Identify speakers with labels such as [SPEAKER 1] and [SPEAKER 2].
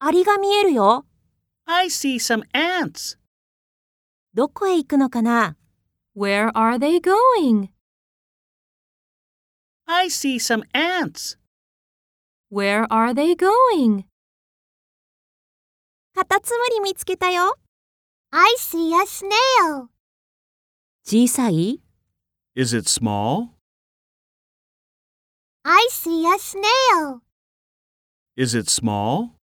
[SPEAKER 1] アリが見えるよ。
[SPEAKER 2] I see some ants.
[SPEAKER 1] どこへ行くのかな ?Where are they going?
[SPEAKER 2] I see some ants.
[SPEAKER 1] Where are they going? カタツムリ見つけたよ。
[SPEAKER 3] I see a snail.
[SPEAKER 1] 小さい
[SPEAKER 2] Is it small?
[SPEAKER 3] I see a snail.
[SPEAKER 2] Is it small?